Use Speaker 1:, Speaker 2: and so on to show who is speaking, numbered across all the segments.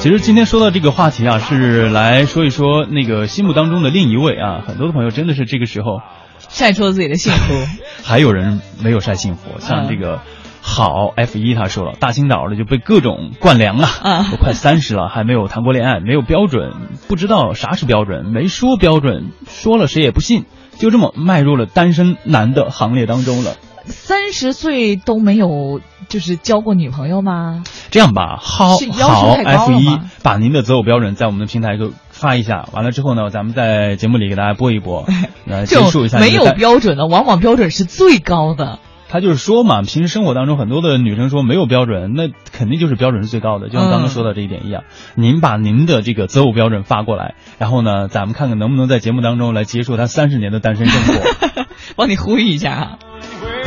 Speaker 1: 其实今天说到这个话题啊，是来说一说那个心目当中的另一位啊，很多的朋友真的是这个时候，
Speaker 2: 晒出了自己的幸福。
Speaker 1: 还有人没有晒幸福，像这个好 F 一他说了，大清早的就被各种灌凉了，
Speaker 2: 嗯
Speaker 1: 我快三十了还没有谈过恋爱，没有标准，不知道啥是标准，没说标准，说了谁也不信，就这么迈入了单身男的行列当中了。
Speaker 2: 三十岁都没有就是交过女朋友吗？
Speaker 1: 这样吧，好
Speaker 2: 是要求
Speaker 1: 好
Speaker 2: 太高
Speaker 1: F
Speaker 2: 了
Speaker 1: 一
Speaker 2: 吗，
Speaker 1: 把您的择偶标准在我们的平台给发一下，完了之后呢，咱们在节目里给大家播一 播，来
Speaker 2: 这
Speaker 1: 结
Speaker 2: 种
Speaker 1: 束一下。
Speaker 2: 没有，标准的，往往标准是最高的。
Speaker 1: 他就是说嘛，平时生活当中很多的女生说没有标准，那肯定就是标准是最高的，就像刚刚说到这一点一样。您把您的这个择偶标准发过来，然后呢，咱们看看能不能在节目当中来结束他三 十年的单身生活。
Speaker 2: 帮你呼吁一下啊。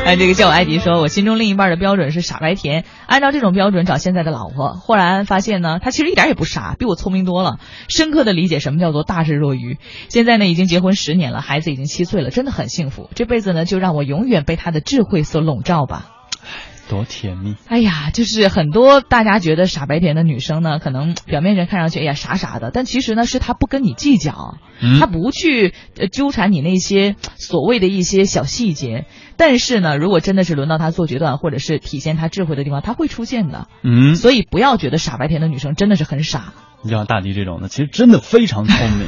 Speaker 2: 哎，这个叫我艾迪说，我心中另一半的标准是傻白甜，按照这种标准找现在的老婆。霍然发现呢，他其实一点也不傻，比我聪明多了，深刻的理解什么叫做大智若愚。现在呢，已经结婚十年了，孩子已经七岁了，真的很幸福。这辈子呢，就让我永远被他的智慧所笼罩吧。
Speaker 1: 多甜蜜！
Speaker 2: 哎呀，就是很多大家觉得傻白甜的女生呢，可能表面上看上去哎呀傻傻的，但其实呢是她不跟你计较，
Speaker 1: 嗯
Speaker 2: 她不去呃纠缠你那些所谓的一些小细节。但是呢，如果真的是轮到她做决断，或者是体现她智慧的地方，她会出现的。
Speaker 1: 嗯，
Speaker 2: 所以不要觉得傻白甜的女生真的是很傻。
Speaker 1: 你像大迪这种的，其实真的非常聪明。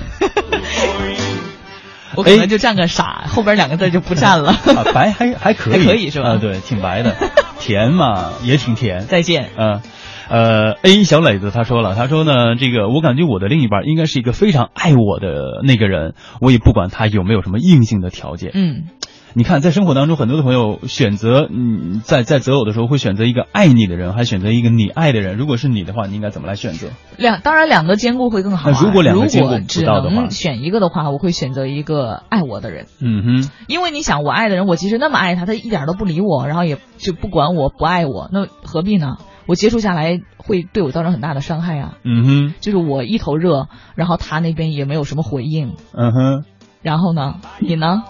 Speaker 2: 我可能就占个傻，后边两个字就不占了。
Speaker 1: 啊，白还还可以，
Speaker 2: 还可以是吧
Speaker 1: 啊，对，挺白的，甜嘛，也挺甜。
Speaker 2: 再见。
Speaker 1: 嗯，呃，A 小磊子他说了，他说呢，这个我感觉我的另一半应该是一个非常爱我的那个人，我也不管他有没有什么硬性的条件。
Speaker 2: 嗯，
Speaker 1: 你看，在生活当中，很多的朋友选择，嗯，在在择偶的时候会选择一个爱你的人，还选择一个你爱的人。如果是你的话，你应该怎么来选择？
Speaker 2: 两当然两个兼顾会更好、啊。
Speaker 1: 那如果两个兼顾
Speaker 2: 如果
Speaker 1: 不
Speaker 2: 只
Speaker 1: 到的话
Speaker 2: 能选一个的话，我会选择一个爱我的人。
Speaker 1: 嗯哼，
Speaker 2: 因为你想，我爱的人，我其实那么爱他，他一点都不理我，然后也就不管我，不爱我，那何必呢？我接触下来会对我造成很大的伤害啊！
Speaker 1: 嗯哼，
Speaker 2: 就是我一头热，然后他那边也没有什么回应，
Speaker 1: 嗯哼，
Speaker 2: 然后呢，你呢？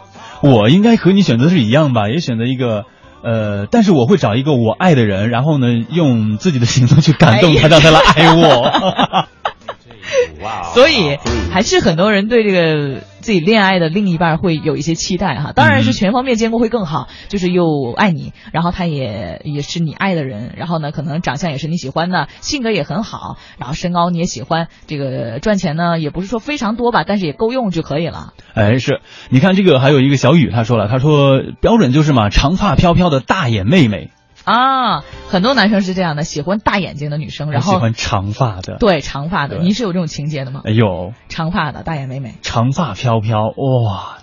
Speaker 1: 我应该和你选择是一样吧，也选择一个。呃，但是我会找一个我爱的人，然后呢，用自己的行动去感动他，让他来爱我。啊
Speaker 2: 所以
Speaker 1: 嗯
Speaker 2: 还是很多人对这个自己恋爱的另一半会有一些期待哈。当然
Speaker 1: 嗯
Speaker 2: 是全方面兼顾会更好，就是又爱你，然后他也也是你爱的人，然后呢，可能长相也是你喜欢的，性格也很好，然后身高你也喜欢，这个赚钱呢也不是说非常多吧，但是也够用就可以了。
Speaker 1: 哎，是，你看这个，还有一个小雨，他说了，他说标准就是嘛，长发飘飘的大眼妹妹，
Speaker 2: 啊，很多男生是这样的，喜欢大眼睛的女生，然
Speaker 1: 我喜
Speaker 2: 后
Speaker 1: 欢长发的。
Speaker 2: 对长发的，
Speaker 1: 对
Speaker 2: 你是有这种情节的吗？
Speaker 1: 哎呦，
Speaker 2: 长发的大眼妹妹，
Speaker 1: 长发飘飘，哇，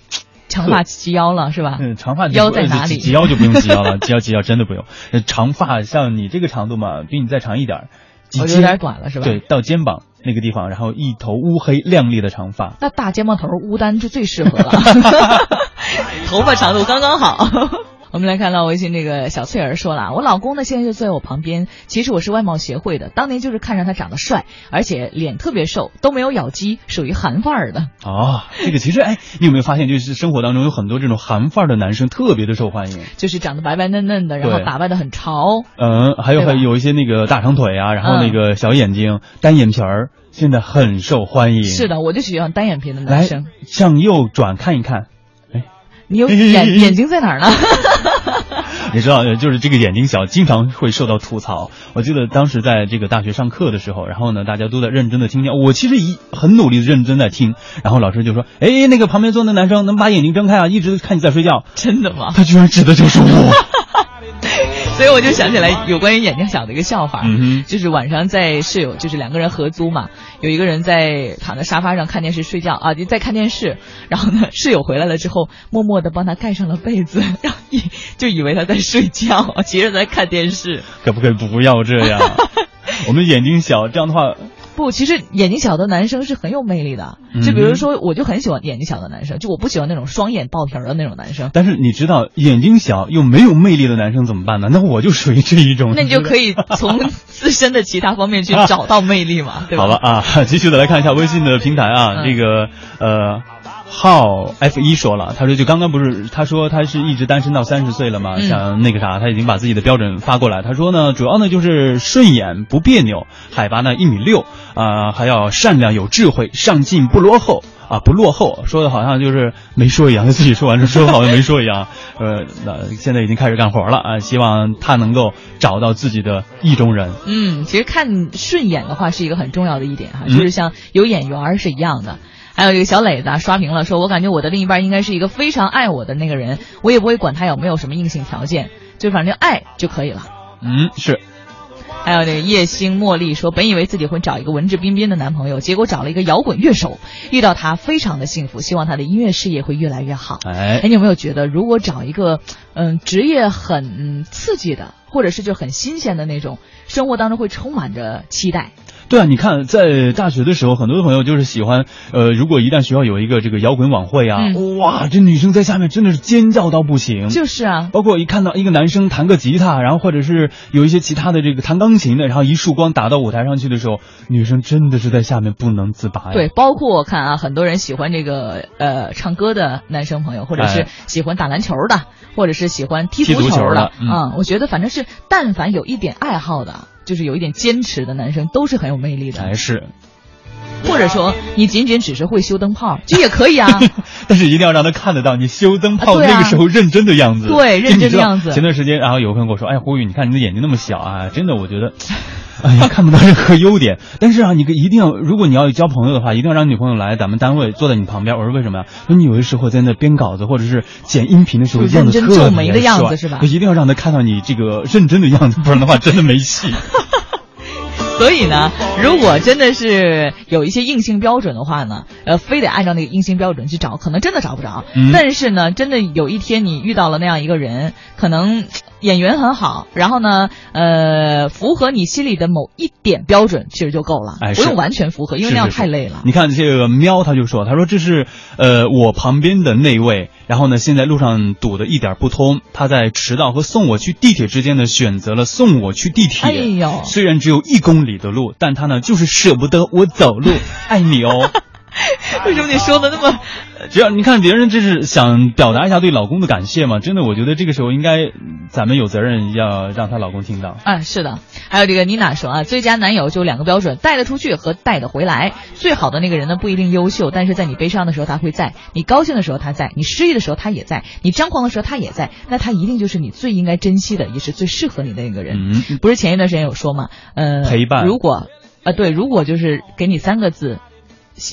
Speaker 2: 长发及腰了是吧？
Speaker 1: 嗯，长发就
Speaker 2: 啊腰在哪
Speaker 1: 呃
Speaker 2: 里？
Speaker 1: 及及腰就不用及 腰了，及腰及腰真的不用。呃长发像你这个长度嘛，比你再长一点儿，及
Speaker 2: 哦
Speaker 1: 肩
Speaker 2: 有点短了是吧
Speaker 1: 对，到肩膀那个地方，然后一头乌黑亮丽的长发。
Speaker 2: 那大肩膀头乌丹就最适合了， 头发长度刚刚好。 我们来看到微信这个小翠儿说了，啊我老公呢现在就坐在我旁边，其实我是外貌协会的，当年就是看上他长得帅，而且脸特别瘦，都没有咬肌，属于韩范儿的。
Speaker 1: 哦，这个其实哎，你有没有发现，就是生活当中有很多这种韩范儿的男生特别的受欢迎。
Speaker 2: 就是长得白白嫩嫩的，然后
Speaker 1: 对
Speaker 2: 打扮的很潮，
Speaker 1: 嗯，还有
Speaker 2: 对吧
Speaker 1: 还有一些那个大长腿啊，然后
Speaker 2: 嗯
Speaker 1: 那个小眼睛、单眼皮儿，现在很受欢迎。
Speaker 2: 是，的，我就喜欢单眼皮的男
Speaker 1: 嗯来
Speaker 2: 生。
Speaker 1: 向右转看一看，
Speaker 2: 你有
Speaker 1: 嘿嘿嘿嘿
Speaker 2: 眼眼睛在哪儿呢？
Speaker 1: 你知道，呃就是这个眼睛小，经常会受到吐槽。我记得当时在这个大学上课的时候，然后呢，大家都在认真的听讲，我其实一很努力的认真在听，然后老师就说：“哎，那个旁边坐那男生能把眼睛睁开啊，一直看你在睡觉。
Speaker 2: 真的”吗？
Speaker 1: 他居然指的就是我。
Speaker 2: 所以我就想起来有关于眼睛小的一个笑话，
Speaker 1: 嗯哼
Speaker 2: 就是晚上在室友，就是两个人合租嘛，有一个人在躺在沙发上看电视睡觉啊，就在看电视，然后呢，室友回来了之后，默默的帮他盖上了被子，然后以就以为他在睡觉，其实在看电视。
Speaker 1: 可不可以不要这样？我们眼睛小，这 样的话，
Speaker 2: 不，其实眼睛小的男生是很有魅力的，
Speaker 1: 嗯
Speaker 2: 就比如说，我就很喜欢眼睛小的男生，就我不喜欢那种双眼爆皮儿的那种男生。
Speaker 1: 但是你知道眼睛小又没有魅力的男生怎么办呢？那我就属于这一种。
Speaker 2: 那你就可
Speaker 1: 以。
Speaker 2: 以从自身的其他方面去找到魅力嘛，对吧？
Speaker 1: 好了啊，继续的来看一下微信的平台啊，
Speaker 2: 嗯
Speaker 1: 这个呃，浩 F 一说了，他说就刚刚不是，他说他是一直单身到三十岁了嘛，
Speaker 2: 嗯
Speaker 1: 想那个啥，他已经把自己的标准发过来。他说呢，主要呢就是顺眼不别扭，海拔呢一米六，啊，还要善良有智慧，上进不落后。啊，不落后，说的好像就是没说一样，他自己说完之后说的好像没说一样。呃，那现在已经开始干活了啊，希望他能够找到自己的意中人。
Speaker 2: 嗯，其实看顺眼的话是一个很重要的一点哈，
Speaker 1: 嗯
Speaker 2: 就是像有眼缘儿是一样的。还有一个小磊子啊刷屏了，说我感觉我的另一半应该是一个非常爱我的那个人，我也不会管他有没有什么硬性条件，就反正爱就可以了。
Speaker 1: 嗯，是，
Speaker 2: 还有那个叶星茉莉说，本以为自己会找一个文质彬彬的男朋友，结果找了一个摇滚乐手，遇到他非常的幸福，希望他的音乐事业会越来越好。
Speaker 1: 哎
Speaker 2: 哎，，你有没有觉得，如果找一个嗯职业很刺激的，或者是就很新鲜的那种，生活当中会充满着期待？
Speaker 1: 对啊，你看，在大学的时候，很多的朋友就是喜欢，呃，如果一旦学校有一个这个摇滚晚会啊，哇，这女生在下面真的是尖叫到不行。
Speaker 2: 嗯就是啊，
Speaker 1: 包括一看到一个男生弹个吉他，然后或者是有一些其他的这个弹钢琴的，然后一束光打到舞台上去的时候，女生真的是在下面不能自拔哎呀。
Speaker 2: 对，，包括我看啊，很多人喜欢这个呃唱歌的男生朋友，或者是
Speaker 1: 哎
Speaker 2: 喜欢打篮球的，或者是喜欢踢
Speaker 1: 踢
Speaker 2: 足
Speaker 1: 足球
Speaker 2: 的
Speaker 1: 的嗯
Speaker 2: 啊、我觉得反正是但凡有一点爱好的，就是有一点坚持的男生，都是很有魅力的。
Speaker 1: 还是，
Speaker 2: 或者说，你仅仅只是会修灯泡，这也可以啊。
Speaker 1: 但是一定要让他看得到你修灯泡
Speaker 2: 啊对啊
Speaker 1: 那个时候认真的样子。
Speaker 2: 对
Speaker 1: 就
Speaker 2: 认真的
Speaker 1: 你知道
Speaker 2: 样子
Speaker 1: 前段时间，然后有朋友跟我说：“哎，胡宇，你看你的眼睛那么小啊，真的，我觉得，哎呀，看不到任何优点。但是啊，你一定要，如果你要交朋友的话，一定要让女朋友来咱们单位坐在你旁边。”我说：“为什么呀？那你有的时候在那编稿子或者是剪音频的时候，
Speaker 2: 就认真
Speaker 1: 样子特
Speaker 2: 皱眉的
Speaker 1: 别
Speaker 2: 样子
Speaker 1: 帅
Speaker 2: 是吧
Speaker 1: 就一定要让他看到你这个认真的样子，不然的话真的没戏。
Speaker 2: 所以呢，如果真的是有一些硬性标准的话呢，呃，非得按照那个硬性标准去找，可能真的找不着。
Speaker 1: 嗯
Speaker 2: 但是呢，真的有一天你遇到了那样一个人，可能眼缘很好，然后呢，呃，符合你心里的某一点标准，其实就够了，
Speaker 1: 哎
Speaker 2: 不用
Speaker 1: 是
Speaker 2: 完全符合，因为
Speaker 1: 是
Speaker 2: 那样
Speaker 1: 是
Speaker 2: 太累了。
Speaker 1: 你看这个喵，他就说，他说这是呃我旁边的那位，然后呢现在路上堵得一点不通，他在迟到和送我去地铁之间呢选择了送我去地铁。
Speaker 2: 哎呦
Speaker 1: 虽然只有一公里的路，但他呢就是舍不得我走 路，爱你哦。
Speaker 2: 为什么你说的那么？
Speaker 1: 只要你看别人，这是想表达一下对老公的感谢嘛？真的，我觉得这个时候应该嗯咱们有责任要让她老公听到。
Speaker 2: 啊，是的，还有这个妮娜说啊，最佳男友就两个标准，带得出去和带得回来。最好的那个人呢，不一定优秀，但是在你悲伤的时候他会在，你高兴的时候他在，你失意的时候他也在，你张狂的时候他也在，那他一定就是你最应该珍惜的，也是最适合你的那个人。
Speaker 1: 嗯，
Speaker 2: 不是前一段时间有说吗？呃，
Speaker 1: 陪伴
Speaker 2: 如果，呃，对，如果就是给你三个字。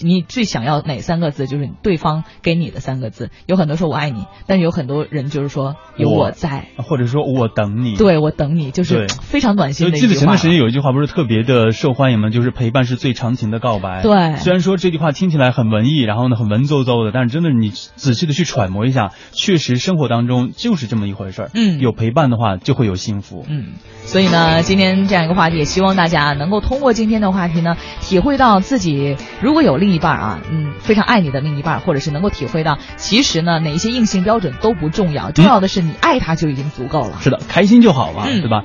Speaker 2: 你最想要哪三个字？就是对方给你的三个字。有很多说我爱你，但是有很多人就是说有
Speaker 1: 我
Speaker 2: 我在，
Speaker 1: 或者说我等你。。
Speaker 2: 对我等你，就是
Speaker 1: 对
Speaker 2: 非常暖
Speaker 1: 我
Speaker 2: 心的一
Speaker 1: 记
Speaker 2: 句话。
Speaker 1: 得前段时间有一句话不是特别的受欢迎吗？就是陪伴是最长情的告白。
Speaker 2: 对
Speaker 1: 虽然说这句话听起来很文艺，然后呢很文绉绉的，但是真的你仔细的去揣摩一下，确实生活当中就是这么一回事儿。
Speaker 2: 嗯
Speaker 1: 有陪伴的话就会有幸福。
Speaker 2: 嗯，所以呢，今天这样一个话题，也希望大家能够通过今天的话题呢，体会到自己如果有另一半啊，嗯，非常爱你的另一半，或者是能够体会到，其实呢，哪一些硬性标准都不重要，重要的是你爱他就已经足够了。
Speaker 1: 是的，开心就好嘛，
Speaker 2: 嗯
Speaker 1: 对吧？